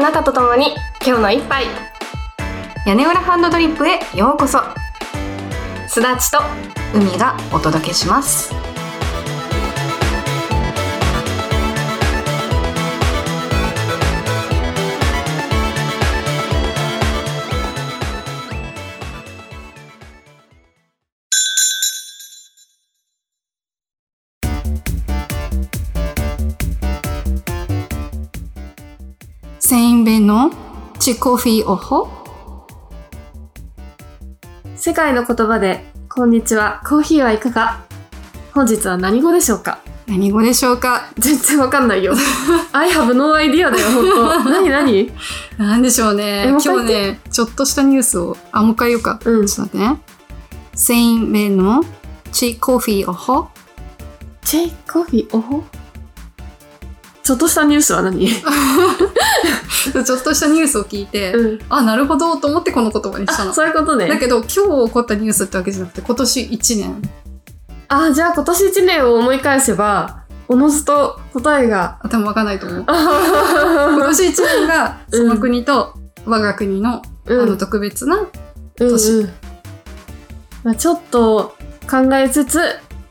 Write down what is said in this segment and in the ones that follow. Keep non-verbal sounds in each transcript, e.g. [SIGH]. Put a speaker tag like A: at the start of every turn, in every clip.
A: なたと共に今日の一杯
B: 屋根裏ハンドドリップへようこそ
A: すだちと
B: 海がお届けしますセインベのチコフィオホ
A: 世界の言葉でこんにちはコーヒーはいかが本日は何語でしょうか
B: 何語でしょうか
A: 全然わかんない [LAUGHS] よ I have no idea だよ本 [LAUGHS] 当何何
B: なんでしょうね
A: えも
B: 今
A: う一回
B: 日ねちょっとしたニュースをあもう一回言うか、
A: うん
B: ちょっと待ってねセインベのチコフィオホ
A: チェイコーヒーおほちょっとしたニュースは何
B: ちょっとしたニュースを聞いて、
A: うん
B: あなるほどと思ってこの言葉にしたの
A: あそういうこと
B: だ
A: ね
B: けど今日起こったニュースってわけじゃなくて今年1年
A: あじゃあ今年一年を思い返せばおのずと答えが
B: 頭わかんないと [LAUGHS] 思う今年1年がその国と我が国の,、
A: うん
B: あの特別な年
A: うんうんまあ、ちょっと考えつつ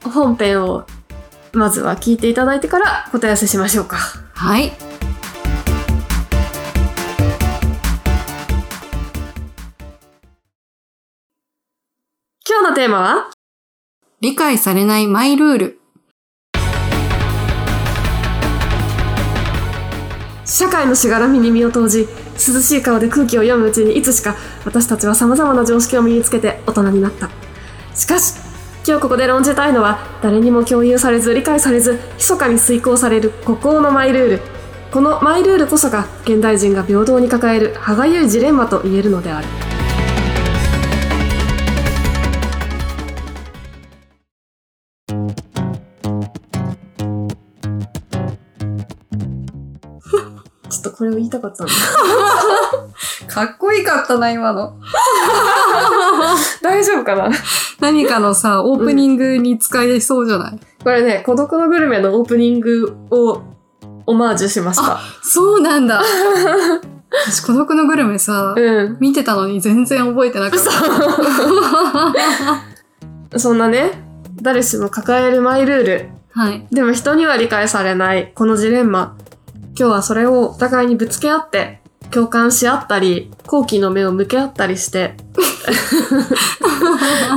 A: 本編をまずは聞いていただいてから答え合わせしましょうか
B: はい
A: 今日のテーマは
B: 理解されないマイルール
A: 社会のしがらみに身を投じ涼しい顔で空気を読むうちにいつしか私たちは様々な常識を身につけて大人になったしかし今日ここで論じたいのは誰にも共有されず理解されず密かに遂行される孤高のマイルールこのマイルールこそが現代人が平等に抱える歯がゆいジレンマと言えるのであるちょっとこれを言いたかったんだ
B: かっこいいかったな今の
A: [LAUGHS] 大丈夫かな
B: 何かのさオープニングに使えそうじゃない、
A: これね、孤独のグルメのオープニングをオマージュしました。
B: そうなんだ私孤独のグルメさ、
A: うん。
B: 見てたのに全然覚えてなかった
A: そんなね、誰しも抱えるマイルール。
B: はい
A: でも人には理解されない、このジレンマ。今日はそれをお互いにぶつけ合って、共感し合ったり、好奇の目を向け合ったりして、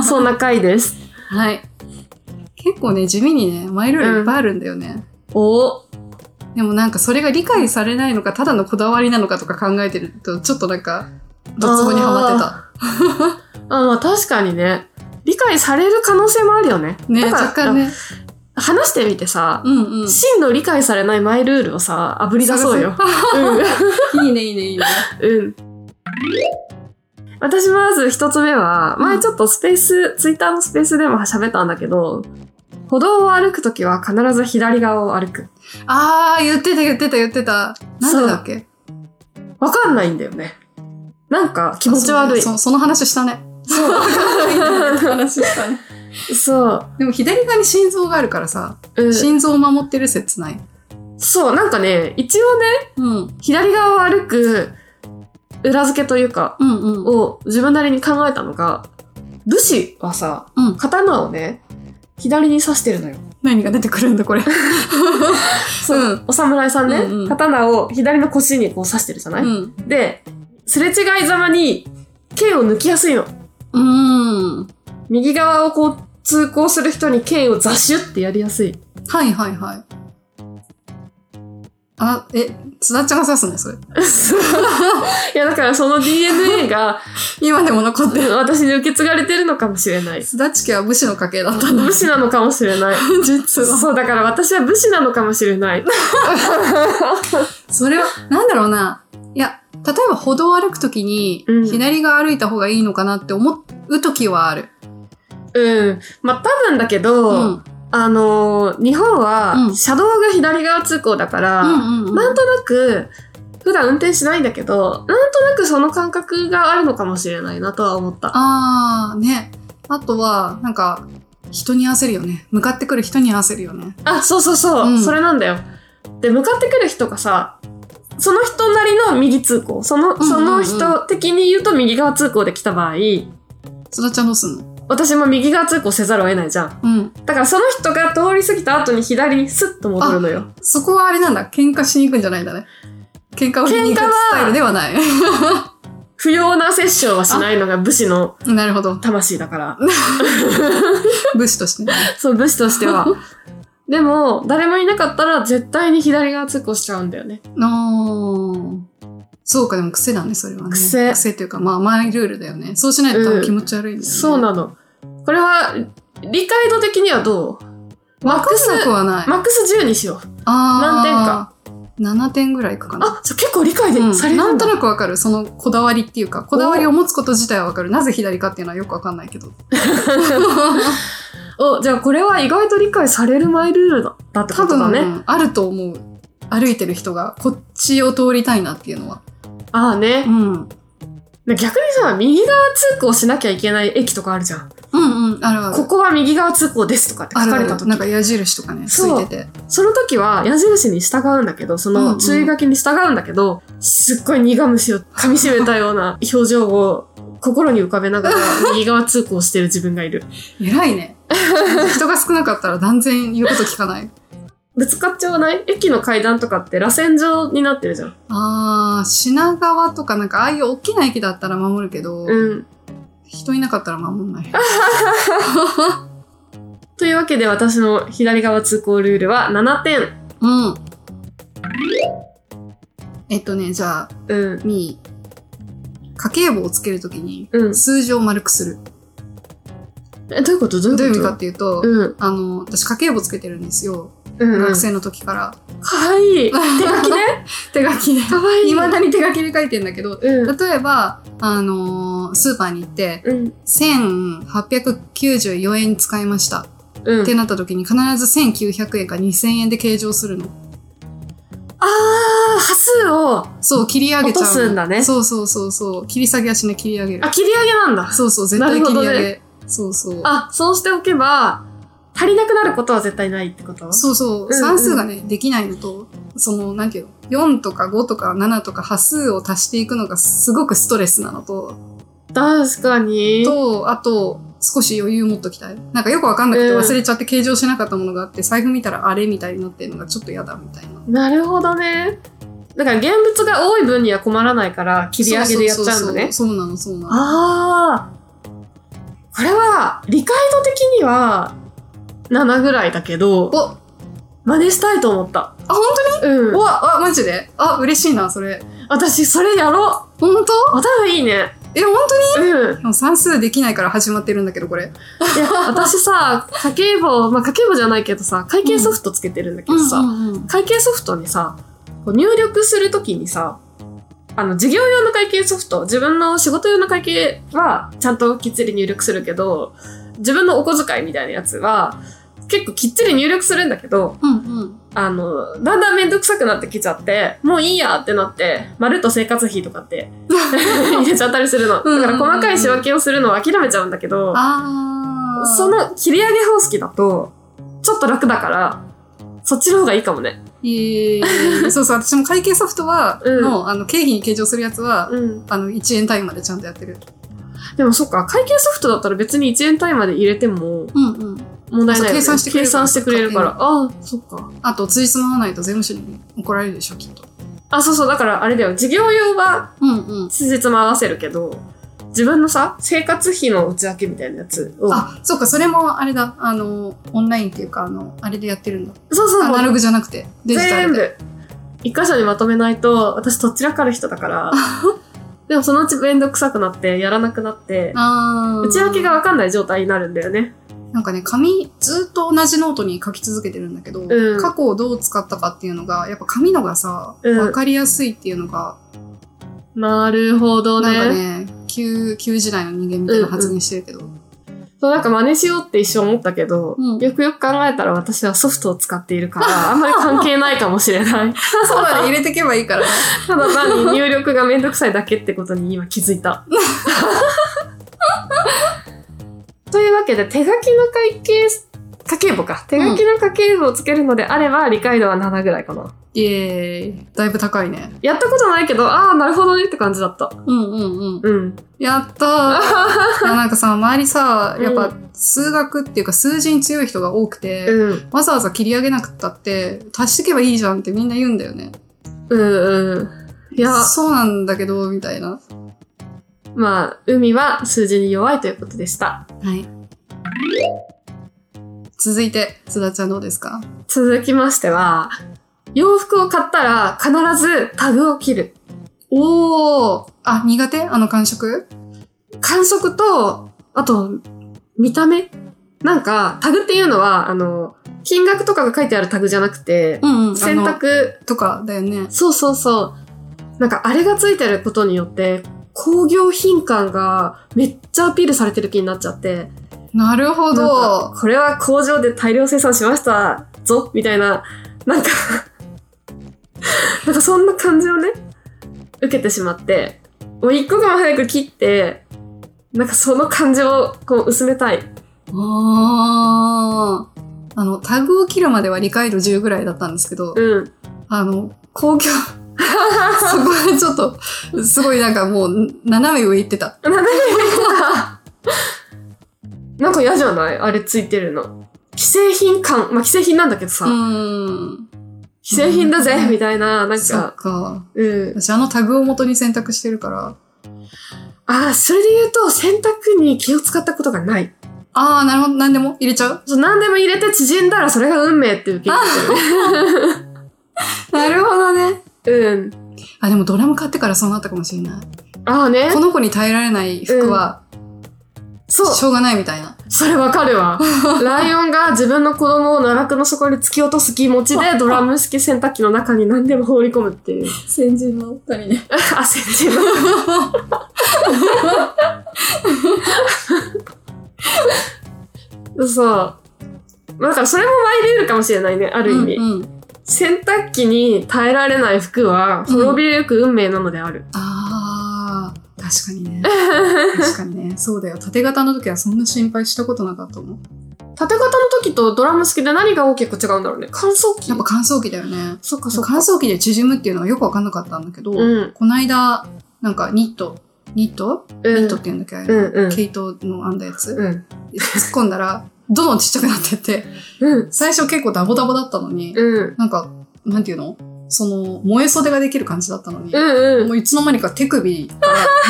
A: そんな回です。
B: [LAUGHS] はい結構ね地味にねマイルールいっぱいあるんだよね、
A: [LAUGHS] おお
B: でもなんかそれが理解されないのか、ただのこだわりなのかとか考えてると、ちょっとなんか、どつぼにはまって
A: あ、まあ確かにね。理解される可能性もあるよね。
B: た。ね、
A: だから
B: 若干ね。
A: 話してみてさ、
B: うんうん。
A: 真の理解されないマイルールをさ、炙り出そうよ。
B: [LAUGHS] いいね、いいね、いいね。
A: うん。うん。私まず一つ目は、前ちょっとスペース、ツイッターのスペースでも喋ったんだけど、歩道を歩くときは必ず左側を歩く。
B: あー、言ってた、言ってた、言ってた。なんでだっけ
A: わかんないんだよね。なんか気持ち悪い。
B: そ
A: そう
B: その話したね。そう。話したね。
A: う。そ
B: でも左側に心臓があるからさ、
A: う。うん、
B: 心臓を守ってる説ない。
A: そう、なんかね、一応ね、
B: うん。
A: 左側を歩く裏付けというか、
B: うんうん。
A: を自分なりに考えたのが、武士はさ、
B: うん
A: 刀をね、左に刺してるのよ。
B: 何が出てくるんだ、これ。
A: そう、
B: うん
A: お侍さんね、
B: うんうん
A: 刀を左の腰にこう刺してるじゃない、
B: うん。
A: で、すれ違いざまに、剣を抜きやすいの。
B: うん。
A: 右側をこう、通行する人に剣をザシュってやりやすい。
B: はいはいはい。あ、え、すだちゃんが刺すのそれ。
A: [LAUGHS] いや、だからその DNA が、
B: 今でも残ってる。
A: 私に受け継がれてるのかもしれない。
B: すだち家は武士の家系だったんだ。
A: 武士なのかもしれない。
B: 実は。
A: そう、だから私は武士なのかもしれない。
B: それは、なんだろうな。いや、例えば歩道を歩くときに
A: うん、
B: 左側歩いた方がいいのかなって思うときはある。
A: うん。まあ、多分だけ
B: う
A: ど、
B: ん。
A: あのー日本
B: う
A: は、
B: ん
A: 車道が左側通行だから、
B: うんうん
A: なんとなく、普段運転しないんだけど、なんとなくその感覚があるのかもしれないなとは思った。
B: あー、ね。あとは、なんか、人に焦るよね。向かってくる人に焦るよね。
A: あ、そうそうそう、
B: うん
A: それなんだよ。で、向かってくる人がさ、その人なりの右通行。その、
B: んうん
A: その人的に言うと右側通行で来た場合、
B: 津田ちゃんどうすんの
A: 私も右側通行せざるを得ないじゃん。
B: うん。
A: だからその人が通り過ぎた後に左にスッと戻るのよ。
B: そこはあれなんだ。喧嘩しに行くんじゃないんだね。喧嘩をしに行く
A: 喧嘩は
B: スタイルではない。
A: 不要な殺生はしないのが武士の
B: なるほど。
A: 魂だから。
B: 武士としてね。
A: そう、武士として
B: [LAUGHS]
A: は。でも、誰もいなかったら絶対に左側通行しちゃうんだよね。
B: のーそうか、でも癖だね、それはね。
A: 癖
B: 癖っていうか、まあ、マイルールだよね。そうしないと多分気持ち悪いんだよね。
A: そうなの。これは、理解度的にはどう
B: わかんなくはない。
A: マックス10にしよう。
B: あー7点ぐらいいくかな。
A: あ、そう結構理解で
B: うん
A: され
B: な
A: る
B: ん
A: んだ。
B: となくわかる。そのこだわりっていうか、こだわりを持つこと自体はわかる。なぜ左かっていうのはよくわかんないけど。
A: お、じゃあこれは意外と理解されるマイルールだったってこ
B: 多
A: とだ
B: 分、
A: ね。
B: あると思う。歩いてる人が、こっちを通りたいなっていうのは。
A: ああ
B: う
A: ね。
B: ん。うん
A: 逆にさ、右側通行しなきゃいけない駅とかあるじゃん。
B: うん。あるある。
A: ここは右側通行ですとかって
B: あ
A: 書
B: る
A: か
B: あ
A: れた
B: る。
A: 時
B: なんか矢印とかね、つ
A: そう
B: いてて。
A: その時は矢印に従うんだけど、そ
B: うんう
A: の
B: ん
A: 注意書きに従うんだけど、すっごい苦虫を噛み締めたような表情を心に浮かべながら右側通行してる自分がいる。
B: 偉
A: [LAUGHS]
B: いね。人が少なかったら断然言うこと聞かない。
A: ぶつかっちゃわない駅の階段とかって螺旋状になってるじゃん。
B: あー、品川とかなんか、ああいう大きな駅だったら守るけど、
A: うん。
B: 人いなかったら守んない。
A: というわけで私の左側通行ルールは7点。
B: うん。えっとね、じゃあ、
A: うん。
B: みー、家計簿をつけるときに、
A: うん。
B: 数字を丸くする。
A: え、どういうことどう
B: どう
A: い
B: いうう意
A: こと
B: 味かっていうと、
A: うん。
B: あの、私家計簿つけてるんですよ。
A: うん、うん。
B: 学生の時から。
A: かわいい。手書きね。
B: [LAUGHS] 手書
A: [LAUGHS]
B: きで。
A: かわいい。
B: 未だに手書きで書いてんだけど、
A: うん。
B: 例えば、あのースーパーに行って、
A: うん。
B: 1894円使いました。
A: う
B: って
A: ん。
B: なった時に必ず1900円か2000円で計上するの。
A: あー、端数を、
B: そう、切り上げちゃ
A: 落
B: うの。
A: とすんだね
B: そうそうそうそう。切り下げはしない、切り上げる
A: あ、。切り上げなんだ。
B: そうそう、絶対
A: なる
B: 切
A: ほ
B: り
A: どね
B: 上げ。そうそう。
A: あ、そうしておけば、足りなくなることは絶対ないってこと
B: そうそう、
A: うん
B: 算数がね、できないのと、その、なんていうの、4とか5とか7とか波数を足していくのがすごくストレスなのと、
A: 確かに。
B: と、あと、少し余裕持っときたい。なんかよくわかんなくて
A: うん
B: 忘れちゃって計上しなかったものがあって、財布見たらあれみたいになってるのがちょっと嫌だみたいな。
A: なるほどね。だから現物が多い分には困らないから、切り上げでやっちゃうのね。
B: そうそうそうそうなの、そうなの。
A: ああ。これは、理解度的には、7ぐらいだけど、
B: お、あ、
A: 真似したいと思った。
B: 本
A: う
B: 当に
A: ん。
B: お、あ、マジであ、嬉しいな、それ。
A: 私、それやろう。
B: 本当
A: お多分いいね。
B: え、本当に
A: うん。
B: でも算数できないから始まってるんだけど、これ。
A: いや、私さ、家計簿、まあ、家計簿じゃないけどさ、会計ソフトつけてるんだけどさ、
B: うんうん
A: 会計ソフトにさ、こう入力するときにさ、あの、事業用の会計ソフト、自分の仕事用の会計は、ちゃんときっちり入力するけど、自分のお小遣いみたいなやつは、結構きっちり入力するんだけど、
B: うんうん。
A: あの、だんだんめんどくさくなってきちゃって、もういいやってなって、まるっと生活費とかって入れちゃったりするの。だから細かい仕分けをするのを諦めちゃうんだけど、
B: あー
A: その切り上げ方式だと、ちょっと楽だから、そっちの方がいいかもね。
B: え
A: [LAUGHS]
B: ー、そうそう、私も会計ソフトは、
A: うん
B: の、あの、経費に計上するやつは、
A: うん。
B: あの、1円単位までちゃんとやってる。
A: でもそっか、会計ソフトだったら別に1円単位まで入れても
B: うんうん。
A: 問題ないよね、
B: 計算してくれる
A: 計
B: から
A: 算してくれるから。ああ、そっか。
B: あと、ついつまわないと税務署に怒られるでしょ、きっと。
A: あ、そうそう、だからあれだよ、事業用は
B: うんうん。
A: つじつも合わせるけど、自分のさ、生活費の内訳みたいなやつを。
B: あ、そうか、それもあれだ、あの、オンラインっていうか、あの、あれでやってるんだ。
A: そうそう、
B: アナログじゃなくて、デジタ
A: 全
B: ルで。
A: 部。一箇所にまとめないと、私どちらかる人だ [LAUGHS] から。でもそのうちめんどくさくなって、やらなくなって、
B: あー
A: 内訳がわかんない状態になるんだよね。
B: なんかね、紙、ずっと同じノートに書き続けてるんだけど、
A: ん
B: 過去をどう使ったかっていうのが、やっぱ紙のがさ、
A: うん
B: わかりやすいっていうのが、
A: なるほど
B: なんか
A: ね。
B: ね、旧、旧時代の人間みたいな発言してるけど。
A: そう、なんか真似しようって一瞬思ったけど、
B: うん
A: よくよく考えたら私はソフトを使っている [LAUGHS] から、あんまり関係ないかもしれない。
B: そうだね、入れてけばいい [LAUGHS] からね。
A: ただ単に入力がめんどくさいだけってことに今気づいた。 [LAUGHS] というわけで、手書きの会計、家計簿か。手書きの家計簿をつけるのであれば、理解度は7ぐらいかな。
B: イエーイ。だいぶ高いね。
A: やったことないけど、ああ、なるほどねって感じだった。
B: うんうんうん。
A: うん。
B: や [LAUGHS] ったーいやなんかさ、周りさ、やっ
A: う
B: ぱ数学っていうか数字に強い人が多くて、
A: うん。
B: わざわざ切り上げなくったって、足してけばいいじゃんってみんな言うんだよね。
A: うんうん。いや、
B: そうなんだけど、みたいな。
A: まあ、海は数字に弱いということでした。
B: はい。続いて、すだちゃんどうですか
A: 続きましては、洋服を買ったら必ずタグを切る。
B: おーあ、苦手あの感触
A: 感触と、あと、見た目なんか、タグっていうのは、あの、金額とかが書いてあるタグじゃなくて、
B: うんうん。
A: 選
B: あ
A: 択、
B: のとかだよね。
A: そうそうそう。なんか、あれがついてることによって、工業品感がめっちゃアピールされてる気になっちゃって、
B: なるほ
A: なん
B: ど
A: か。これは工場で大量生産しましたぞみたいな、なんか、なんかそんな感じをね、受けてしまって、もう一刻も早く切って、なんかその感じをこう薄めたい。
B: あーあの、タグを切るまでは理解度10ぐらいだったんですけど、
A: うん。 [LAUGHS]
B: あの、公共、そ [LAUGHS] こはちょっと、すごいなんかもう、斜め上行ってた。
A: なんかなんか嫌じゃないあれついてるの。既製品感、まあ、既製品なんだけどさ、
B: うーん。
A: 既製品だぜみたいな、なん
B: そっ
A: か、
B: か。
A: うん。
B: 私あのタグを元に選択してるから。
A: ああ、それで言うと、洗濯に気を使ったことがない。
B: ああ、なるほど。何でも入れちゃう
A: そう何でも入れて縮んだらそれが運命っていう結
B: [LAUGHS] なるほどね。
A: うん。
B: あ、でもドラム買ってからそうなったかもしれない。
A: ああね
B: こ。の子に耐えられない服は、
A: そう。
B: しょうがないみたいな。
A: それわかる
B: [LAUGHS]
A: わ。ライオンが自分の子供を奈落の底に突き落とす気持ち
B: [LAUGHS]
A: でドラム式洗濯機の中に何でも放り込むっていう。
B: 先人の二人ね。
A: あ、先生の。 [LAUGHS] そうそう。まあだからそれもマイルールかもしれないね、ある意味。
B: うんうん。
A: 洗濯機に耐えられない服は滅びゆく運命なのである。
B: ああ、確かに
A: [LAUGHS]
B: ね。確かにね。そうだよ。縦型の時はそんな心配したことなかったもん。
A: 縦型の時とドラム式で何が大きく違うんだろうね。乾燥機
B: やっぱ乾燥機だよね。
A: そっかそ
B: そう
A: っ
B: 乾
A: か。
B: 燥機で縮むっていうのはよくわかんなかったんだけど、
A: うん。
B: こないだ、なんかニット、ニット、
A: う
B: ニ
A: ん
B: ットっ。て言うんだっけ、
A: うんうん。
B: 毛糸の編んだやつ、
A: うん。
B: 突っ込んだら、どんどんちっちゃくなってって、
A: うん。
B: 最初結構ダボダボだったのに、
A: うん。
B: なんか、なんていうのその、燃え袖ができる感じだったのに、
A: うん
B: もういつの間にか手首か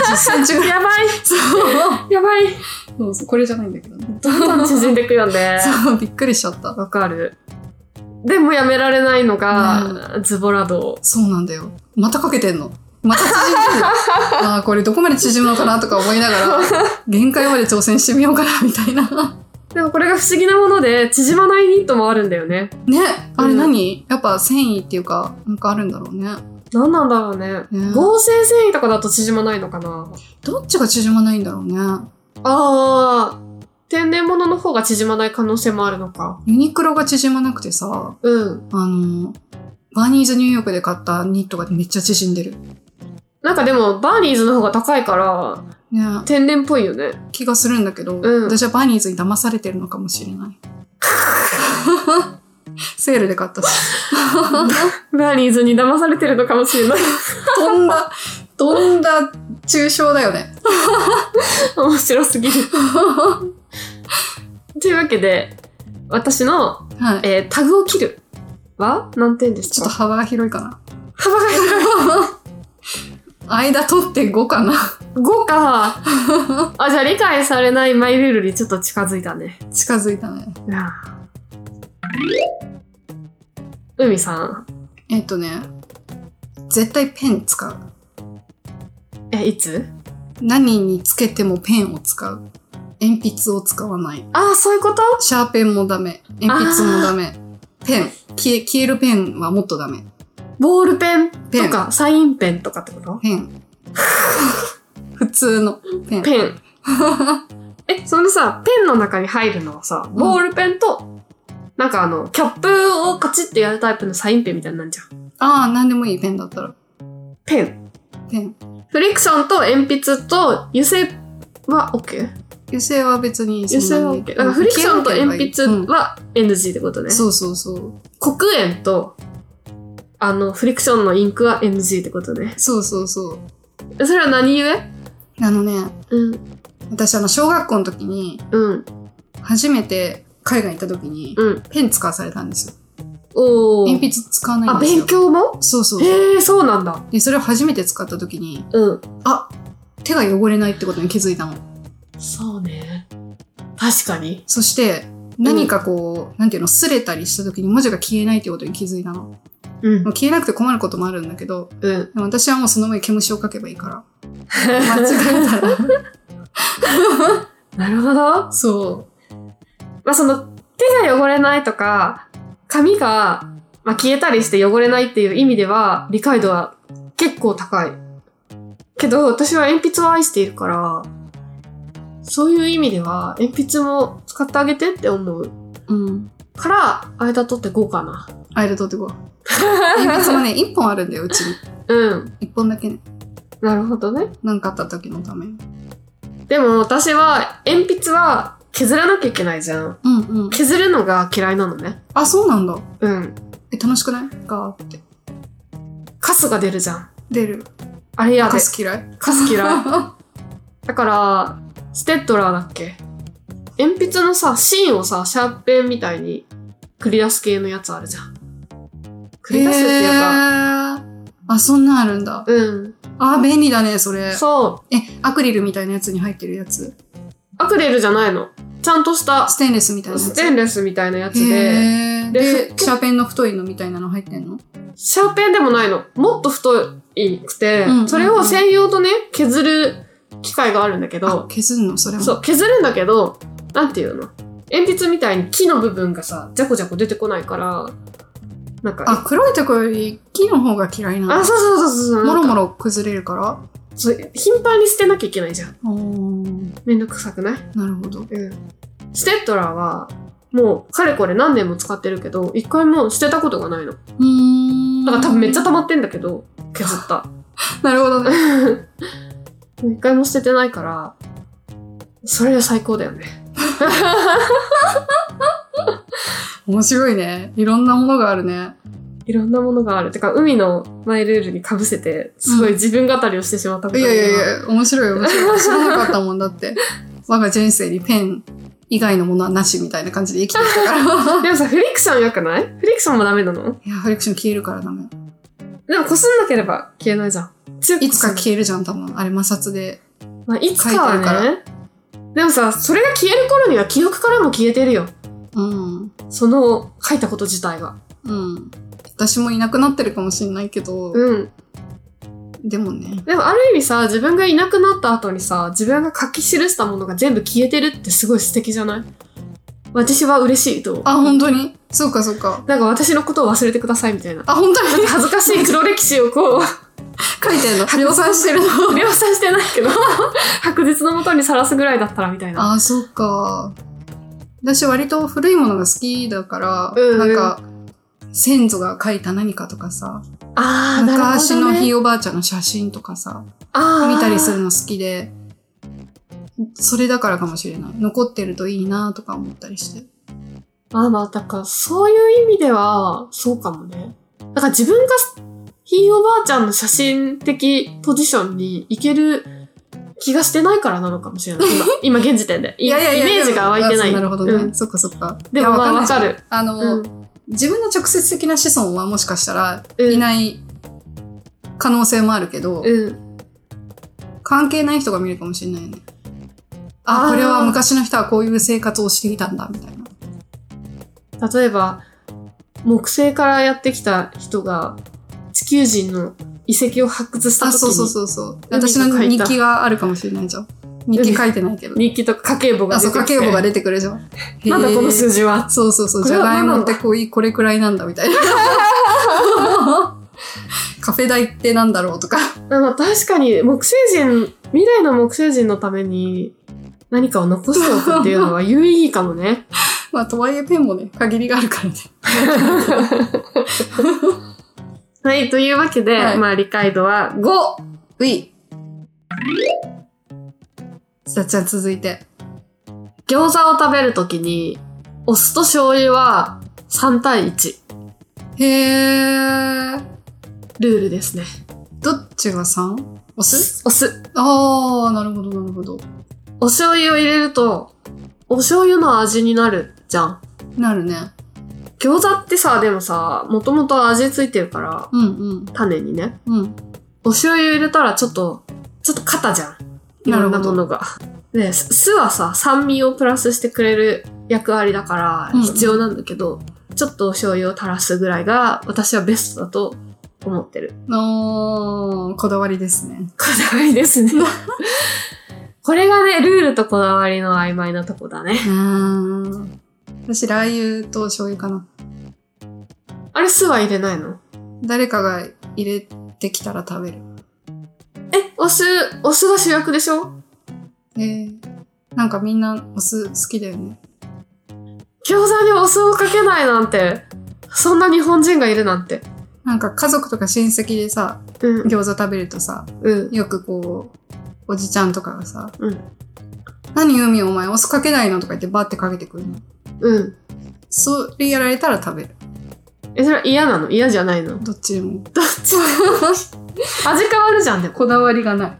B: ら10センチぐらい。
A: やばい [LAUGHS]
B: そう
A: やばい
B: そうそう、これじゃないんだけどね。
A: どんどん縮んでいくよ [LAUGHS] ね。
B: そう、びっくりしちゃった。
A: わかる。でもやめられないのが、ズボラ道。
B: そうなんだよ。またかけてんの。また縮んでるの。
A: [LAUGHS]
B: ああ、これどこまで縮むのかなとか思いながら、限界まで挑戦してみようかな、みたいな。
A: でもこれが不思議なもので、縮まないニットもあるんだよね。
B: ね、あれ何、やっぱ繊維っていうか、なんかあるんだろうね。
A: なんなんだろうね。
B: ね
A: 合成繊維とかだと縮まないのかな
B: どっちが縮まないんだろうね。
A: あー、天然物の方が縮まない可能性もあるのか。
B: ユニクロが縮まなくてさ、
A: うん。
B: あの、バーニーズニューヨークで買ったニットがめっちゃ縮んでる。
A: なんかでも、バーニーズの方が高いから、
B: ね、
A: 天然っぽいよ
B: [LAUGHS]
A: ね。
B: 気がするんだけど、
A: うん
B: 私はバーニーズに騙されてるのかもし
A: [LAUGHS]
B: れない。セールで買ったし。
A: バーニーズに騙されてるのかもし
B: [LAUGHS]
A: れない。
B: 飛んだ、飛んだ抽象だよね。
A: 面白すぎ
B: [LAUGHS]
A: る。というわけで、私の、
B: はい。
A: えータグを切るは何点です
B: ちょっと
A: か
B: 幅が広いかな。
A: 幅が広い。
B: 間取って5かな。
A: 5か。あ、じゃあ理解されないマイルールにちょっと近づいたね。
B: 近づいたね。
A: いやー海さん。
B: えっとね、絶対ペン使う。
A: え、いつ
B: 何につけてもペンを使う。鉛筆を使わない。
A: あー、そういうこと
B: シャーペンもダメ。鉛筆もダメ。ペン。消え、消えるペンはもっとダメ。
A: ボールペン
B: ペ
A: と
B: ン。
A: か、サインペンとかってこと
B: ペン。 [LAUGHS] 普通のペン。
A: ペン。 [LAUGHS] え、そのさ、ペンの中に入るのはさ、ボールペンと、なんかあの、キャップをカチッてやるタイプのサインペンみたいになんじゃん。
B: ああ、なんでもいいペンだったら。
A: ペン。
B: ペン。
A: フリクションと鉛筆と油性は OK?
B: 油性は別に
A: 油性
B: そん
A: は
B: なに
A: OK。だからフリクションと鉛筆
B: うん
A: は NG ってことね。
B: そうそうそう。
A: 黒鉛と、あの、フリクションのインクは NG ってことね。
B: そうそうそう。
A: それは何故
B: あのね、
A: うん、
B: 私あの、小学校の時に、
A: うん、
B: 初めて海外行った時に、
A: うん。
B: ペン使わされたんですよ。
A: おー。
B: 鉛筆使わない
A: あ、
B: んですよ。
A: 勉強も
B: そうそう。
A: へえ、そうなんだ。
B: で、それを初めて使った時に、
A: うん。
B: あ、手が汚れないってことに気づいたの。
A: そうね。確かに。
B: そして、何かこう、なんていうの、擦れたりした時に文字が消えないってことに気づいたの。も
A: うん
B: う。消えなくて困ることもあるんだけど、
A: うん。
B: でも私はもうその上毛虫を書けばいい
A: [LAUGHS]
B: から。間違えたら。
A: なるほど。
B: そ
A: まあその手が汚れないとか、髪が、まあ、消えたりして汚れないっていう意味では、理解度は結構高い。けど、私は鉛筆を愛しているから、そういう意味では、鉛筆も使ってあげてって思う。[LAUGHS]
B: う。うん。
A: から、間取ってこうかな。
B: アイル取ってこう。鉛筆もね、一本あるんだよ、うちに。
A: うん。
B: 一本だけね。
A: なるほどね。
B: なんかあった時のために。
A: でも私は、鉛筆は削らなきゃいけないじゃん。
B: うんうん。
A: 削るのが嫌いなのね。
B: あ、そうなんだ。
A: うん。
B: え、楽しくないガーって。
A: カスが出るじゃん。
B: 出る。
A: あれやで
B: カ。ス嫌い
A: カス嫌い。
B: [LAUGHS] あ
A: だから、ステッドラーだっけ鉛筆のさ、芯をさ、シャーペンみたいに繰り出す系のやつあるじゃん。繰り出すっていうか、
B: あ、そんなんあるんだ。あ、便利だね、それ
A: うん。。そう。
B: え、アクリルみたいなやつに入ってるやつ。
A: アクリルじゃないの。ちゃんとした
B: ステンレスみたいなやつ。
A: ステンレスみたいなやつで、
B: へー
A: で
B: で、シャーペンの太いのみたいなの入ってんの
A: シャーペンでもないの。もっと太いくて、
B: うんうんうん
A: それを専用とね、削る機械があるんだけ
B: あ
A: ど、
B: 削るのそれも。
A: そう、削るんだけど、なんていうの鉛筆みたいに木の部分がさ、じゃこじゃこ出てこないから、なんか、
B: あ、黒いとこより木の方が嫌いな
A: あ、
B: の。
A: そうそうそうそうそう。
B: もろも
A: ろ。
B: ろ崩れるから。
A: そう、頻繁に捨てなきゃいけないじゃん。
B: おー
A: めんどくさくない
B: なるほど。
A: うん。ステッドラーは、もう、かれこれ何年も使ってるけど、一回も捨てたことがないの。だか
B: うーん。
A: ら多分めっちゃ溜まってんだけど、削った。
B: [LAUGHS] なるほどね。
A: 一回も捨ててないから、それで最高だよね。
B: 面白いね。いろんなものがあるね。
A: いろんなものがある。てか、海のマイルールに被せて、すごい自分語りをしてしまったこ
B: い
A: と
B: やいや
A: や。
B: いや、面白い面白い。知らなかったもんだ [LAUGHS] って。我が人生にペン以外のものはなしみたいな感じで生きてきた [LAUGHS] から。
A: でもさ、フリクション良くないフリクションもダメなの
B: いや、フレクション消えるからダメ。
A: でも、こすんなければ消えないじゃん。強く
B: いつか
A: こすんな
B: 消えるじゃん、多分。あれ摩擦で。
A: まあ、いつかは
B: 書いてあ
A: ね。でもさ、それが消える頃には記憶からも消えてるよ。
B: うん。
A: その、書いたこと自体が。
B: うん。私もいなくなってるかもしれないけど、
A: うん。
B: でもね。
A: でもある意味さ、自分がいなくなった後にさ、自分が書き記したものが全部消えてるってすごい素敵じゃない私は嬉しいと思う。
B: あ、本当にそうかそうか。
A: なんか私のことを忘れてくださいみたいな。
B: あ、本当に
A: 恥ずかしい黒歴史をこう、
B: 書いてんの [LAUGHS] 量産してるの。
A: [LAUGHS] 量産してないけど、白日のもとにさらすぐらいだったらみたいな。
B: [LAUGHS] あ、そうか。私割と古いものが好きだから、
A: うんうん
B: なんか、先祖が書いた何かとかさ、
A: あー、なるほど、ね。
B: 昔のひいおばあちゃんの写真とかさ、
A: あー
B: 見たりするの好きで、それだからかもしれない。残ってるといいなとか思ったりして。
A: まあまあ、だから、そういう意味では、そうかもね。だから自分が、ひいおばあちゃんの写真的ポジションに行ける気がしてないからなのかもしれない。
B: [LAUGHS]
A: 今、今現時点で。イメージが湧いてない。
B: あなるほどね。
A: うん
B: そっかそっか。
A: でもまあ、わ
B: いや
A: か
B: んない
A: る。
B: あの、
A: うん
B: 自分の直接的な子孫はもしかしたら
A: うん
B: いない可能性もあるけど、
A: うん。
B: 関係ない人が見るかもしれないよね。
A: あ
B: あ、
A: ー
B: これは昔の人はこういう生活をしていたんだ、みたいな。
A: 例えば、木星からやってきた人が、地球人の遺跡を発掘した
B: あ、
A: 時に、
B: そうそうそうそう。
A: 海が
B: 私
A: 書いた
B: の日記があるかもしれないじゃん。日記書いてないけど。
A: 日記とか家計簿が
B: あ、そ
A: 出
B: う、
A: てき
B: 家
A: て。
B: 計簿が出てくるじゃん。
A: [LAUGHS] なんだこの
B: 字
A: 数字は。
B: そうそうそう。
A: こ
B: じ
A: れ
B: ゃ
A: は
B: がい
A: 何な
B: も
A: ん
B: っ
A: だ
B: てこうい、これくらいなんだ、みたいな。 [LAUGHS] カフェ代ってなんだろうとか。
A: でも確かに木星人未来の木星人のために何かを残しておくっていうのは有意義かも
B: [LAUGHS]
A: ね。
B: まあ、とはいえペンもね、限りがあるからね。
A: はい、というわけで、
B: はい
A: まあ理解度は5。
B: うい。さあ、じゃあ続いて。
A: 餃子を食べるときに、お酢と醤油は3対1。
B: へー。
A: ルールですね。
B: どっちが 3? お酢
A: お酢。
B: ああ、なるほど、なるほど。
A: お醤油を入れると、お醤油の味になるじゃん。
B: なるね。
A: 餃子ってさ、でもさ、もともと味ついてるから、
B: うんうん。
A: 種にね。
B: うん。
A: お醤油入れたらちょっと、ちょっと硬じゃん。いろんなものが。で、す酢はさ、酸味をプラスしてくれる役割だか
B: う
A: ら
B: ん
A: 必要なんだけど、ちょっとお醤油を垂らすぐらいが私はベストだと思ってる。
B: あーこだわりですね。
A: こだわりです [LAUGHS] ね。これがね、ルールとこだわりの曖昧なとこだね。
B: うん。私、ラー油と醤油かな。
A: あれ酢は入れないの
B: 誰かが入れてきたら食べる。
A: え、お酢、お酢が主役でしょ
B: えー、なんかみんなお酢好きだよね。
A: 餃子にお酢をかけないなんて、そんな日本人がいるなんて。
B: なんか家族とか親戚でさ、
A: うん、
B: 餃子食べるとさ、
A: うん、
B: よくこう、おじちゃんとかがさ、
A: うん
B: 何海お前お酢かけないのとか言ってバーってかけてくるの。
A: うん。
B: それやられたら食べる。
A: え、それは嫌なの嫌じゃないの
B: どっちでも。
A: どっちも味変わるじゃん、でも。
B: [LAUGHS] こだわりがない。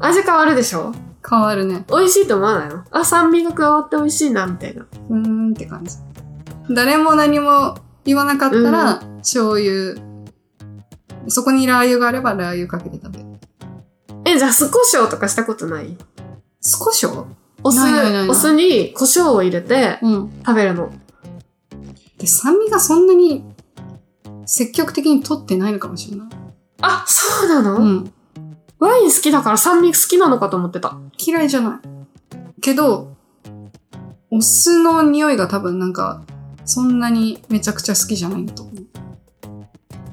A: 味変わるでしょ
B: 変わるね。
A: 美味しいと思わないのあ、酸味が加わって美味しいな、みたいな。
B: うーんって感じ。誰も何も言わなかったら、醤油。そこにラー油があればラー油かけて食べる。
A: え、じゃあ酢胡椒とかしたことない
B: 少しは
A: お酢
B: ないないないない
A: お酢に胡椒を入れて
B: うん。
A: 食べるの。
B: で、酸味がそんなに積極的に取ってないのかもしれない。
A: あ、そうなの、
B: うん。
A: ワイン好きだから酸味好きなのかと思ってた。
B: 嫌いじゃない。けど、お酢の匂いが多分なんか、そんなにめちゃくちゃ好きじゃないんだと思う。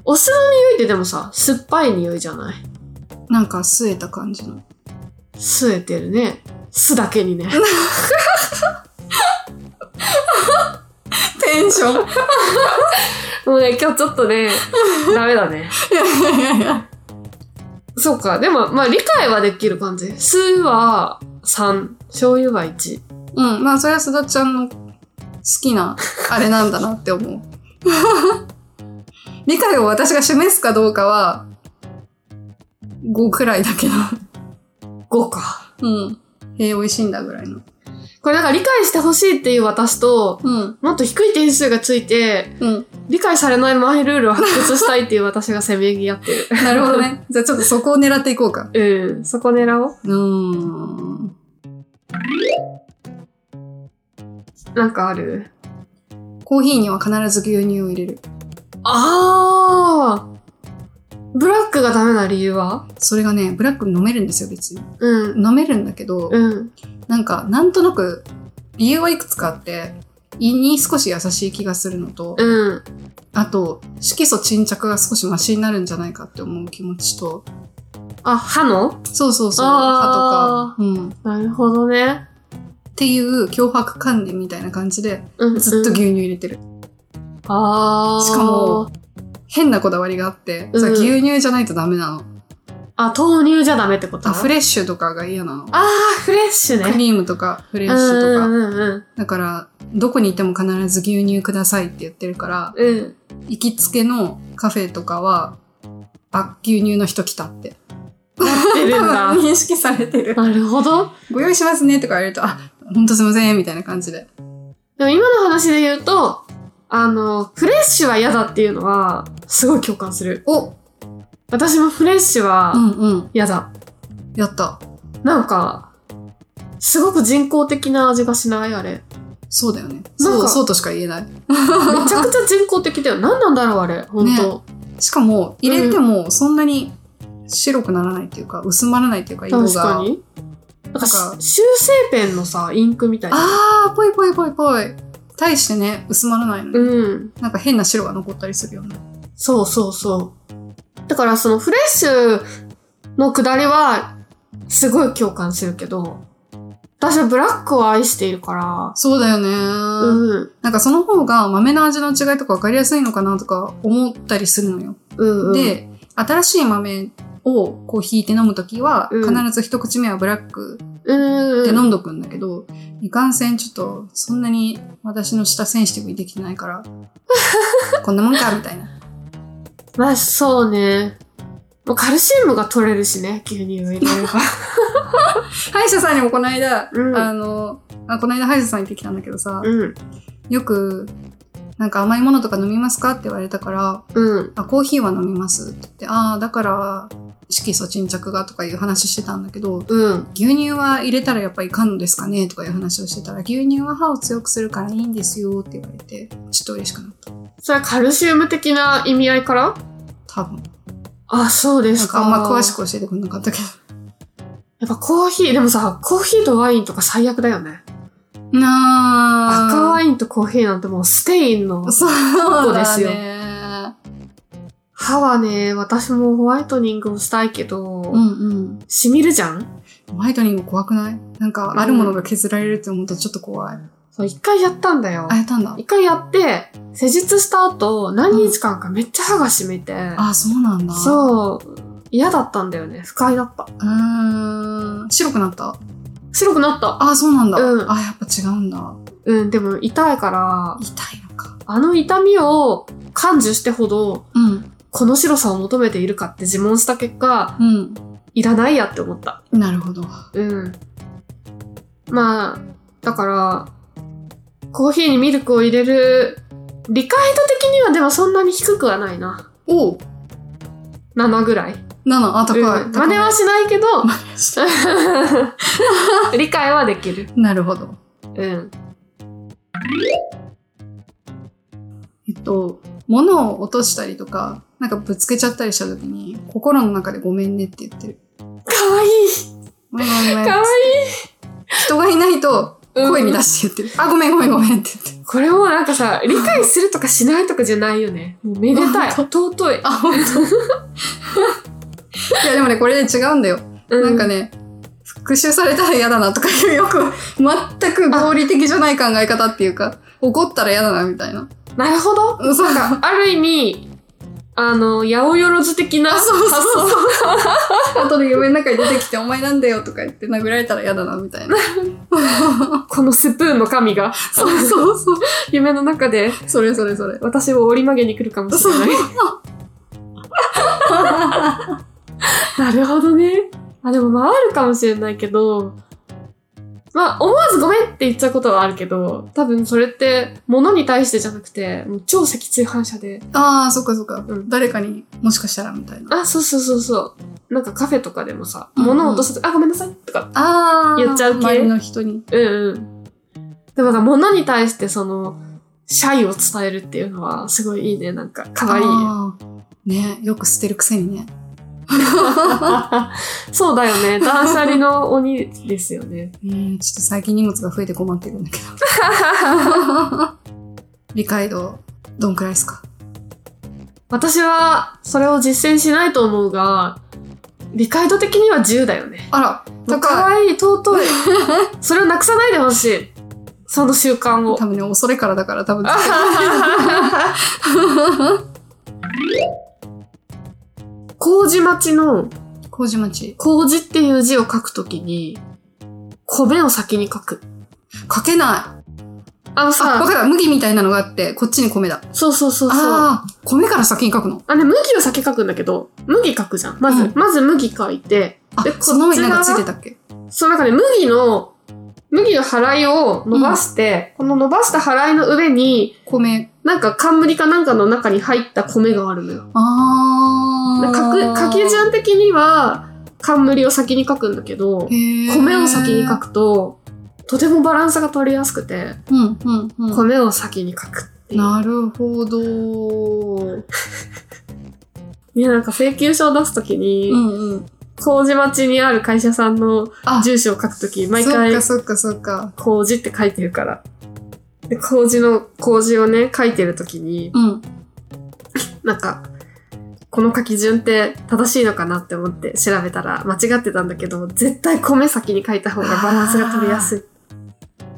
A: お酢の匂いってでもさ、酸っぱい匂いじゃない
B: なんか吸えた感じの。
A: 吸えてるね。酢だけにね。
B: テンションい
A: [LAUGHS]
B: [LAUGHS]
A: もうね、今日ちょっと [LAUGHS] ね、ダメだね。
B: やいやいや。
A: そうか。でも、まあ理解はできる感じ。酢は3、醤油は1。
B: うん。まあ、それはすだちゃんの好きな、あれなんだなって思う。 [LAUGHS] 理解を私が示すかどうかは、5くらいだけど。
A: 5か。
B: うん。えー、美味しいんだぐらいの。
A: これなんか理解してほしいっていう私と、
B: うん。
A: もっと低い点数がついて、
B: うん。
A: 理解されないマイルールを発掘したいっていう私がせめぎ合ってる。
B: なるほどね。じゃあちょっとそこを狙っていこ [LAUGHS] うか。
A: うん、そこ狙おう。
B: うーん。
A: なんかある
B: コーヒーには必ず牛乳を入れる。
A: あーブラックがダメな理由は
B: それがね、ブラック飲めるんですよ、別に。
A: うん、
B: 飲めるんだけど、
A: うん、
B: なんか、なんとなく、理由はいくつかあって、胃に少し優しい気がするのと、
A: うん。
B: あと、色素沈着が少しマシになるんじゃないかって思う気持ちと、
A: あ、歯の
B: そうそうそう、
A: あ
B: 歯とか、うん。っ
A: なるほどね。
B: ていう脅迫観念みたいな感じで、
A: うん、
B: ずっと
A: うん、
B: 牛乳入れてる。
A: あー
B: しかも、変なこだわりがあって、
A: うん
B: それ牛乳じゃないとダメなの。
A: あ、豆乳じゃダメってこと
B: あ、フ
A: レ
B: レッシュとかが嫌なの。
A: あー、フレッシュね。
B: クリームとか、フレッシ
A: う
B: ュとか。
A: ん、うん、うん
B: だから、どこにいても必ず牛乳くださいって言ってるから、
A: うん。うん。
B: 行きつけのカフェとかは、あ、牛乳の人来たって。
A: 出るんだ
B: 多。分認識されてる。
A: なるほど。
B: ご用意しますねとか言われると、あ、ほんとすいません、みたいな感じで。
A: でも今の話で言うと、あの、フレッシュは嫌だっていうのは、すごい共感する。
B: お
A: 私もフレッシュ
B: う
A: は
B: んうん。
A: 嫌だ。
B: やった。
A: なんか、すごく人工的な味がしない
B: [LAUGHS]
A: あれ。
B: そうだよね。
A: なん
B: そ
A: か
B: う、そうとしか言えない。
A: めちゃくちゃ人工的だよ。何なんだろうあれ。ほんと。
B: しかも、入れてもそんなに白くならないっていうか、薄まらないっていうか、色が。
A: 確かに。なんかし
B: なんか
A: 修正ペンのさ、インクみたいな。
B: あー、ぽいぽいぽいぽい。対してね、薄まらないのね、
A: うん。
B: なんか変な白が残ったりするよね。
A: そうそうそう。だからそのフレッシュのくだりは、すごい共感するけど、私はブラックを愛しているから、
B: そうだよね、
A: うん。
B: なんかその方が豆の味の違いとか分かりやすいのかなとか思ったりするのよ。
A: うんうん、
B: で、新しい豆をこう引いて飲むときは、
A: う
B: 必
A: ん
B: ず一口目はブラック
A: うん
B: で
A: うん、
B: 飲んどくんだけど、いかんせんちょっとそんなに
A: [LAUGHS]
B: 私の舌センシティブにできてないから、こんなもんかみたいな。
A: まあそうね。もうカルシウムが取れるしね、牛乳を入れれば。
B: 歯医者さんにもこの間、
A: うん
B: あの、あこの間歯医者さん行ってきたんだけどさ、
A: うん。
B: よく、なんか甘いものとか飲みますかって言われたから、
A: うん。
B: あ、コーヒーは飲みますって言って、ああ、だから、色素沈着がとかいう話してたんだけど、
A: うん。
B: 牛乳は入れたらやっぱいかんのですかねとかいう話をしてたら、牛乳は歯を強くするからいいんですよって言われて、ちょっと嬉しくなった。
A: それはカルシウム的な意味合いから
B: 多分。
A: あ、そうで
B: な
A: す
B: んか
A: か。
B: あんま詳し。く教えてくれなかったけ
A: やっぱコーヒー、でもさ、コーヒーとワインとか最悪だよね。
B: ど。な
A: 赤ワ
B: い
A: インとコーヒーなんてもうステインの。
B: そう
A: そう
B: だ
A: ですよ
B: ね。
A: 歯はね、私もホワイトニングをしたいけど、
B: うんうん。
A: 染みるじゃん
B: ホワイトニング怖くないなんか、あるものが削られるって思うとちょっと怖い。
A: そう、一回やったんだよ
B: あ、。やったんだ。
A: 一回やって、施術した後、何日間かめっちゃ歯が染みて、
B: あ、そうなんだ。う。
A: そう、嫌だったんだよね。不快だった。
B: うーん。白くなった
A: 白くなった。
B: あ、そうなんだ。
A: うん
B: あ、やっぱ違うんだ。
A: うん、でも痛いから、
B: 痛いのか。
A: あの痛みを感受してほど、
B: うん。
A: この白さを求めているかって自問した結果、
B: う
A: いらないやって思った。
B: ん。なるほど。
A: うん。まあ、だから、コーヒーにミルクを入れる、理解度的にはでもそんなに低くはないな。
B: おう
A: 7ぐらい。
B: !7、あ、高い。
A: うん真
B: 高い
A: 似はしないけど、
B: した
A: 理解はできる。
B: なるほど。
A: うん。
B: えっと、物を落としたりとか、なんかぶつけちゃったりした時に、心の中でごめんねって言ってる。
A: かわいい。
B: ごめんごめんご
A: かわ
B: めん。
A: いい。
B: 人がいないと、声に出して言ってる。あ、ごめんごめんごめんって言って。
A: これもなんかさ、理解するとかしないとかじゃないよね。もうめでたい。
B: [LAUGHS] 本
A: 尊い。
B: あ、 [LAUGHS] 本当。いや、でもね、これで違うんだよ。
A: う
B: なんか。ね、復讐されたら嫌だなとかいうよく、全く合理的じゃない考え方っていうか、怒ったら嫌だなみたいな。
A: なるほど。
B: そうか。
A: ある意味、あの、八百万的な。
B: あそうそうそう
A: う。
B: 後で夢の中に出てきて、お前なんだよとか言って殴られたら嫌だなみたいな。
A: このスプーンの神が、
B: そうそうそう。
A: 夢の中で
B: それそれそれ。
A: 私を折り曲げに来るかもしれない。なるほどね。あ、でも回るかもしれないけど、まあ、思わずごめんって言っちゃうことはあるけど、多分それって、物に対してじゃなくて、もう超脊椎反射で。
B: ああ、そっかそっか。
A: うん
B: 誰かにもしかしたらみたいな。
A: あ、そうそうそうそう。なんかカフェとかでもさ、
B: うんうん
A: 物を落とすと、あ、ごめんなさいとか。
B: ああ。
A: 言っちゃう系
B: 周りの人に。
A: うんうん。でもなんか物に対してその、謝意を伝えるっていうのは、すごいいいね。なんか、かわいい。
B: あーねよく捨てるくせにね。
A: [LAUGHS] そうだよね。断捨離の鬼ですよね。
B: うん、ちょっと最近荷物が増えて困ってるん
A: [LAUGHS]
B: だけど。理解度、どんくらいですか
A: 私は、それを実践しないと思うが、理解度的には10だよね。
B: あら、
A: も
B: と
A: う可
B: か、
A: 愛い、尊い。それをなくさないでほしい。その習慣を
B: 多。分ね、恐れからだから多分。
A: [LAUGHS] 麹町の
B: 麹町。
A: 麹っていう字を書くときに、米を先に書く。
B: かけない。
A: あの
B: あ、わ
A: さ、
B: かった。麦みたいなのがあって、こっちに米だ。
A: そうそうそうそう。
B: ああ、米から先に書くの。
A: あ、ね、麦を先書くんだけど、麦書くじゃん。まず、
B: うん
A: まず麦書いて、
B: あ
A: でこっ、ち
B: その上になん
A: 側
B: かついてたっけ
A: その中で麦の、麦の払いを伸ばして、この伸ばした払いの上に、
B: 米。
A: なんか冠かなんかの中に入った米があるのよ。
B: あ
A: で
B: あ。
A: かく、かけ順的には、冠を先に書くんだけど、米
B: 米
A: を先に書。くと、とてもバランスが取りやすくて、
B: うん、うん、うん。
A: 米を先に書くっていう。
B: なるほど。うん
A: ね、なんか請求書を出すときに、
B: うん。
A: 麹町にある会社さんの
B: あ、
A: 住所を書くとき、毎
B: そっ
A: 回
B: か、そっか、そっか。
A: 麹って書いてるから。で、麹の、麹をね、書いてるときに、
B: うん。
A: なんか、この書き順って正しいのかなって思って調べたら間違ってたんだけど、絶対米先に書いた方がバランスが取りやすい。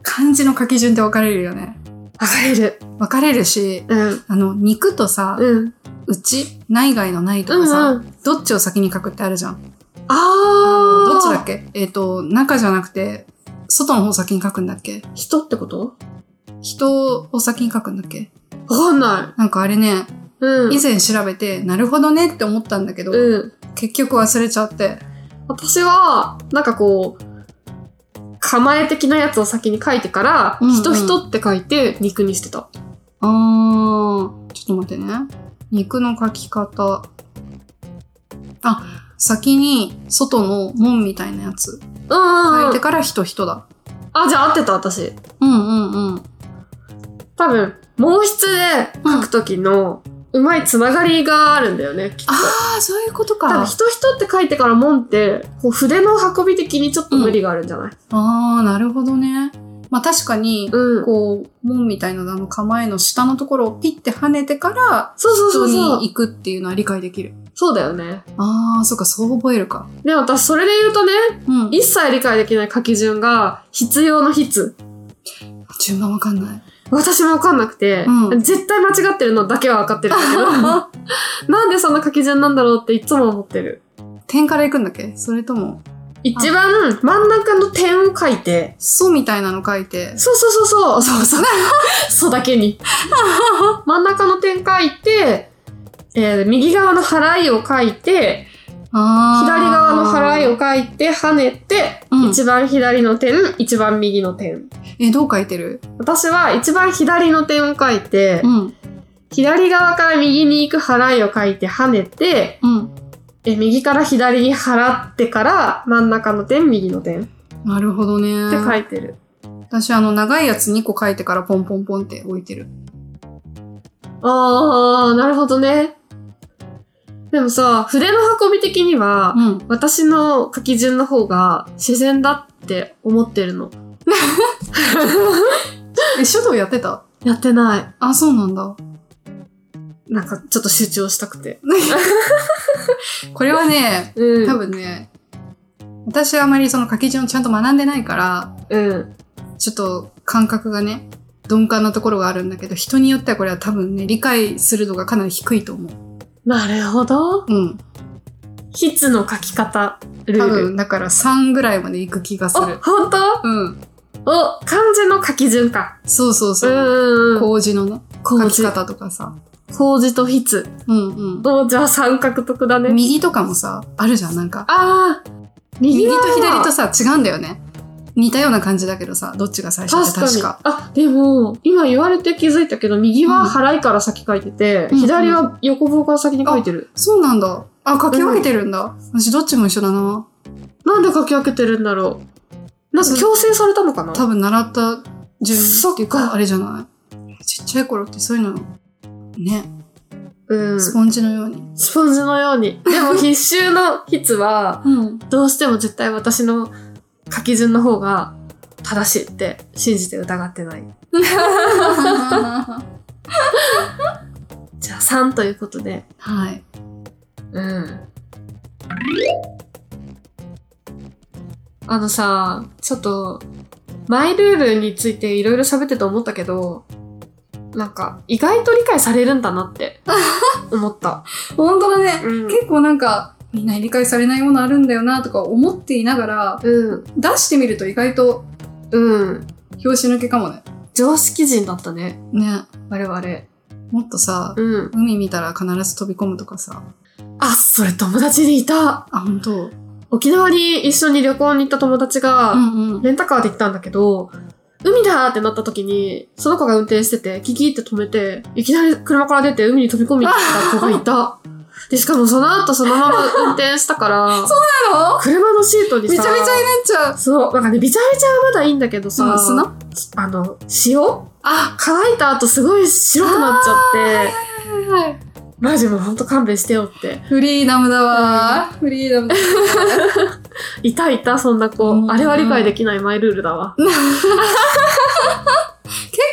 B: 漢字の書き順って分かれるよね。
A: わかれる。
B: 分かれるし、
A: うん。
B: あの、肉とさ、
A: うん。
B: うち、内外の内と
A: う
B: かさ、
A: んうん。
B: どっちを先に書くってあるじゃん。
A: ああ。
B: どっちだっけえっ、と、中じゃなくて、外の方先に書くんだっけ
A: 人ってこと
B: 人を先に書くんだっけ
A: わかんない。
B: なんかあれね、
A: ううん。
B: 以前調べて、なるほどねって思ったんだけど、
A: うん。
B: 結局忘れちゃって。
A: 私は、なんかこう、構え的なやつを先に書いてから、
B: うんうん
A: 人人って書いて肉にしてた。
B: あー、ちょっと待ってね。肉の書き方。あ、先に外の門みたいなやつ。
A: うんうん、
B: 書
A: う
B: い
A: ん
B: て。から人人だ。
A: あ、じゃあ合ってた、私。
B: うんうんうん。
A: 多分、毛筆で書くときの、うまいつながりがあるんだよね、きっと。
B: あー、そういうこと
A: 多分、
B: か。
A: 人人って書いてから門って、こう筆の運び的にちょっと無理があるんじゃない、
B: あー、なるほどね。まあ確かに、
A: うん、
B: こう、門みたいなあの構えの下のところをピッて跳ねてから、
A: そうそうそ
B: 人
A: うそう
B: に行くっていうのは理解できる。
A: そうだよね。
B: あー、そうか、そう覚えるか。
A: で、私、それで言うとね、
B: うん。
A: 一切理解できない書き順が、必要の筆。
B: 順番わかんない。
A: 私もわかんなくて、
B: うん
A: 絶対間違ってるのだけはわかってるんだけ
B: [LAUGHS]
A: ど、なんでそんな書き順なんだろうっていつも思ってる。
B: 点から行くんだっけそれとも、
A: 一番真ん中の点を書いて、
B: ソみたいなの書いて、
A: そうそうそうそう、そうそう、そ
B: [LAUGHS]
A: うだけに。真ん中の点書いて、えー右側の払いを書いて、
B: あー
A: 左側の払いを書いて、跳ねて、
B: うん
A: 一番左の点、一番右の点。
B: え、どう書いてる
A: 私は一番左の点を書いて、
B: うん。
A: 左側から右に行く払いを書いて跳ねて、
B: うん。
A: え右から左に払ってから真ん中の点、右の点って
B: なるほどね。
A: 書いてる。
B: 私、あの、長いやつ2個書いてからポンポンポンって置いてる。
A: あー、なるほどね。でもさ、筆の運び的には、 [LAUGHS]
B: うん。
A: 私の書き順の方が自然だって思ってるの。
B: え、書道やってた
A: やってない。
B: あ、そうなんだ。
A: なんかちょっと集中したくて。
B: [LAUGHS] これはね、
A: うん。
B: 多分ね、私はあまりその書き順をちゃんと学んでないから、
A: うん。
B: ちょっと感覚がね、鈍感なところがあるんだけど、人によってはこれは多分ね、理解する度がかなり低いと思う。
A: なるほど。
B: うん。
A: 筆の書き方、ル
B: 多
A: ー
B: 分、
A: ル。
B: だから3ぐらいまで行く気がす
A: あ、
B: る。
A: ほんと
B: うん。
A: お、漢字の書き順か。
B: そうそう
A: う
B: そ
A: ん
B: う。
A: うんうん。
B: 工事のね、
A: 工
B: 書
A: 事
B: き方とかさ。
A: 工事と筆。
B: うんうん。
A: お、じゃあ三角得だね。
B: 右とかもさ、あるじゃん、なんか。
A: ああ。右
B: 右
A: 側は
B: と左とさ、違うんだよね。似たような感じだけどさ、どっちが最初って確
A: 確
B: か
A: か。に。あ、でも、今言われて気づいたけど、右は払いから先書いてて、
B: うん
A: 左は横棒から先に書いてる。
B: そうなんだ。あ、書き分けてるんだ。私どっちも一緒だな。
A: なんで書き分けてるんだろう。なんか強制されたのかな
B: 多分習った順っていう
A: そっ
B: か、
A: か
B: あれじゃない。ちっちゃい頃ってそういうの、ね、
A: うん。
B: スポンジのように。
A: スポンジのよう [LAUGHS] に。でも必修の筆は、
B: うん。
A: どうしても絶対私の書き順の方が正しいって信じて疑ってない。
B: [LAUGHS] は
A: じゃあ3ということで。
B: い。
A: うん。あのさ、ちょっと、マイルールについていろいろ喋ってて思ったけど、なんか、意外と理解されるんだなって [LAUGHS] 思った。
B: 本当だね。
A: うん。
B: 結構なんか、みんなに理解されないものあるんだよなとか思っていながら、
A: うん。
B: 出してみると意外と
A: うん。
B: 拍子抜けかもね。
A: 常識人だったね。
B: ね。
A: 我々。
B: もっとさ、
A: うん。
B: 海見たら必ず飛び込むとかさ。
A: あ、それ友達にいた。
B: あ、本当。
A: 沖縄に一緒に旅行に行った友達が、
B: んう。
A: レンタカーで行ったんだけど、海だーってなった時に、その子が運転してて、キキって止めて、いきなり車から出て海に飛び込みに行った子がいた。で、しかもその後そのまま運転した
B: [LAUGHS]
A: から、
B: なの
A: 車のシートに
B: め
A: さ、
B: ちゃめちゃになっちゃう。
A: そう、なんかね、びちゃめちゃはまだいいんだけどさ、
B: うん砂
A: あの、塩
B: あ、
A: 乾いた後すごい白くなっちゃって、
B: はいはい。
A: マジもうほんと勘弁してよって。
B: フリーダムだわー。フリーダムだ。
A: いたいた、そんな子。
B: うん
A: あれは理解できないマイルールだわ。
B: 結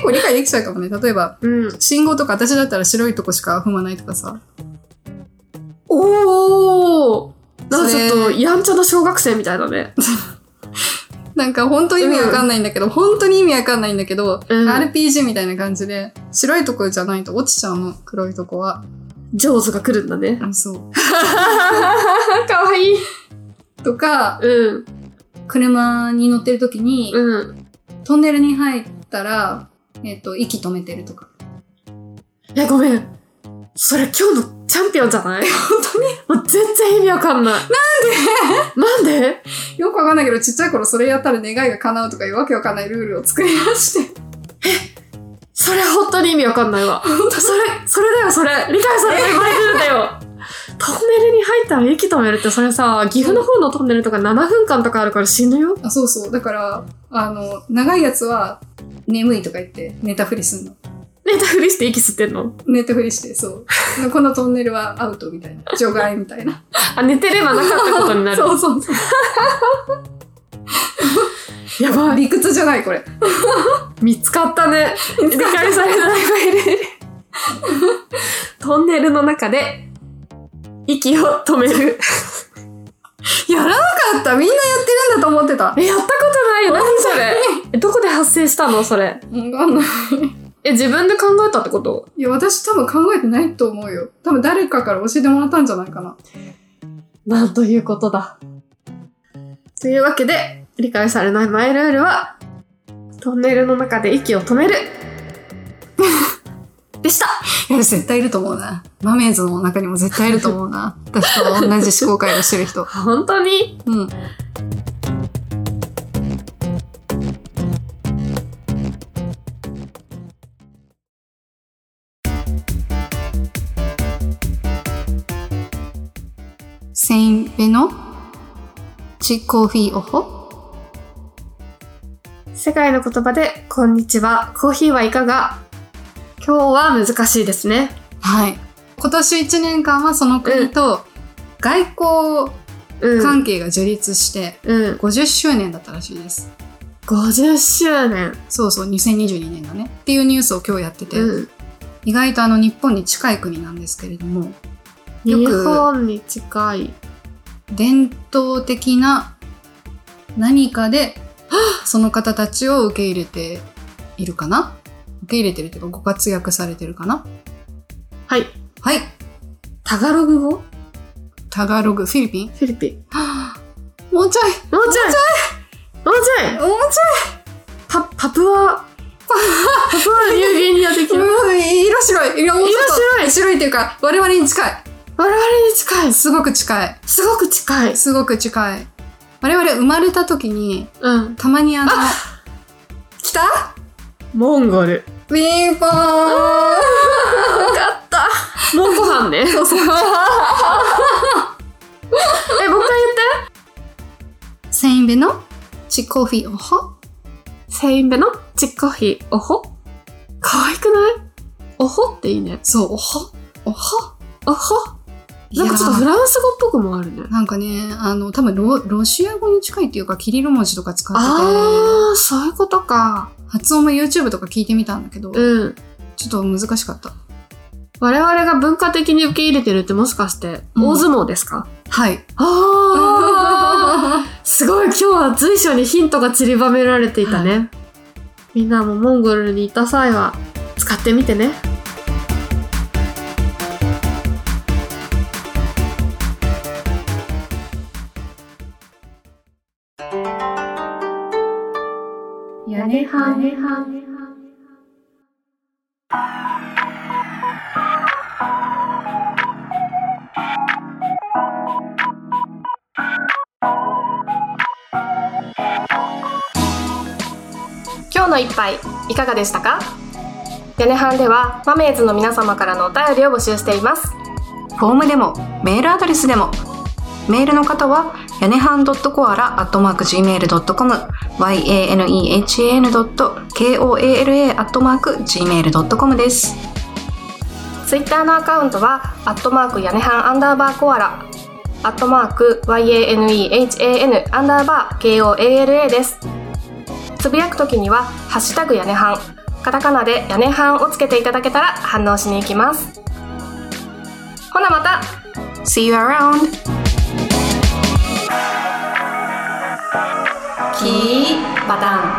B: 構理解できちゃうかもね。例えば、
A: うん。
B: 信号とか私だったら白いとこしか踏まないとかさ。
A: おーなんかちょっ
B: そ
A: と、
B: れ
A: やんちゃな小学生みたいだね。
B: なんか本当意味わかんないんだけど、本当に意味わかんないんだけど、
A: うん
B: RPG みたいな感じで、白いとこじゃないと落ちちゃうの。黒いとこは。
A: ジョーズが来るんだね。
B: あそう。
A: かわいい。
B: とか、
A: うん、
B: 車に乗ってる時に、
A: うん。
B: トンネルに入ったら、えっ、と、息止めてるとか。
A: え、ごめん。それ今日のチャンピオンじゃない本当にもう全然意味わかんない。なんでなんで
B: よくわかんないけど、ちっちゃい頃それやったら願いが叶うとかいうわけわかんないルールを作り出して。
A: それ本当に意味わかんないわ。それ、それだよ、それ。理解されないマイルールだよ。トンネルに入ったら息止めるって、それさ、岐阜の方のトンネルとか7分間とかあるから死ぬよ。
B: あ、そうそう。だから、あの、長いやつは、眠いとか言って、寝たふりすんの。
A: 寝たふりして息吸ってんの。
B: 寝たふりして、そう。 [LAUGHS] このトンネルはアウトみたいな。除外みたいな。
A: あ、寝てればなかったことに [LAUGHS] なる。
B: そうそうそう。
A: やばい。
B: 理屈じゃない、これ。
A: 見つかったね。理解
B: [LAUGHS]
A: されないマイルール。トンネルの中で、息を止める。
B: やらなかったみんなやってるんだと思ってた。
A: え、やったことないよ。何それ。え、どこで発生したのそれ。
B: わかんない。
A: え、自分で考えたってこと
B: いや、私多分考えてないと思うよ。多分誰かから教えてもらったんじゃないかな。
A: なんということだ。というわけで、理解されないマイルールは、トンネルの中で息を止める。でした。
B: いや、絶対いると思うな。マメーズの中にも絶対いると思うな。私と同じ思考回路してる人。
A: 本当に
B: うん。セインベのチコーヒーオホ
A: 世界の言葉で、こんにちは、コーヒーはいかが今日は難しいですね。
B: はい。今年1年間はその国と外
A: う
B: 交
A: ん。
B: 関係が樹立して
A: うん。
B: 50周年だったらしいです。
A: 50周年。
B: そうそう、2022年だね。っていうニュースを今日やってて、
A: うん。
B: 意外とあの日本に近い国なんですけれども、よ
A: 日
B: く
A: 本に近い。
B: 伝統的な何かで、その方たちを受け入れているかな受け入れてるというか、ご活躍されてるかな
A: はい。
B: はい。
A: タガログ語
B: タガログ、フィリピン
A: フィリピン。
B: もうちょい
A: もうちょいもうちょい
B: もう
A: パ、パプ [LAUGHS] ア、パプアニューギニア的
B: ちょい
A: な。
B: うん色白い色もうちょっと
A: 色白い
B: 白いっていうか、我々に近い
A: 我々に近い。
B: すごく近い
A: すごく近い。
B: すごく近い我々生まれた時に、
A: うん。
B: たまにあの、来た
A: モンゴル。
B: ピンポーン
A: よかった。モンゴハンね。そうそう。 [LAUGHS] え、もう一回言って。
B: セインベのチコーヒーおほ
A: セインベのチッコヒー、おほ。可愛くないおほっていいね。
B: そう、おほおほ
A: おほ。
B: いや
A: なんかちょっとフランス語っぽくもあるね。
B: なんかね、あの、多分ロロシア語に近いっていうか、キリル文字とか使って
A: あー、そういうことか。
B: て、発音も YouTube とか聞いてみたんだけど、ちょ
A: うん。
B: っと難しかった。
A: 我々が文化的に受け入れてるってもしかして、
B: うん
A: 大相撲ですか、
B: はい。
A: あー [LAUGHS] すごい今日は随所にヒントが散りばめられていたね、みんなもモンゴルにいた際は使ってみてね
B: [LAUGHS] 屋根はね
A: 今日の一杯いかがでしたか屋根班ではマメーズの皆様からのお便りを募集しています
B: フォームでも、メールアドレスでも、メールの方は、やねはん .coala.gmail.com、yanehan.koala.gmail.com です。
A: ツイッターのアカウントは、アットマーク屋根半アンダーバーコアラ、アットマーク YANEHAN アンダーバー KOALA です。つぶやくときには、ハッシュタグ屋根半、カタカナで屋根半をつけていただけたら反応しに行きます。ほなまた
B: See you around!
A: キーバタン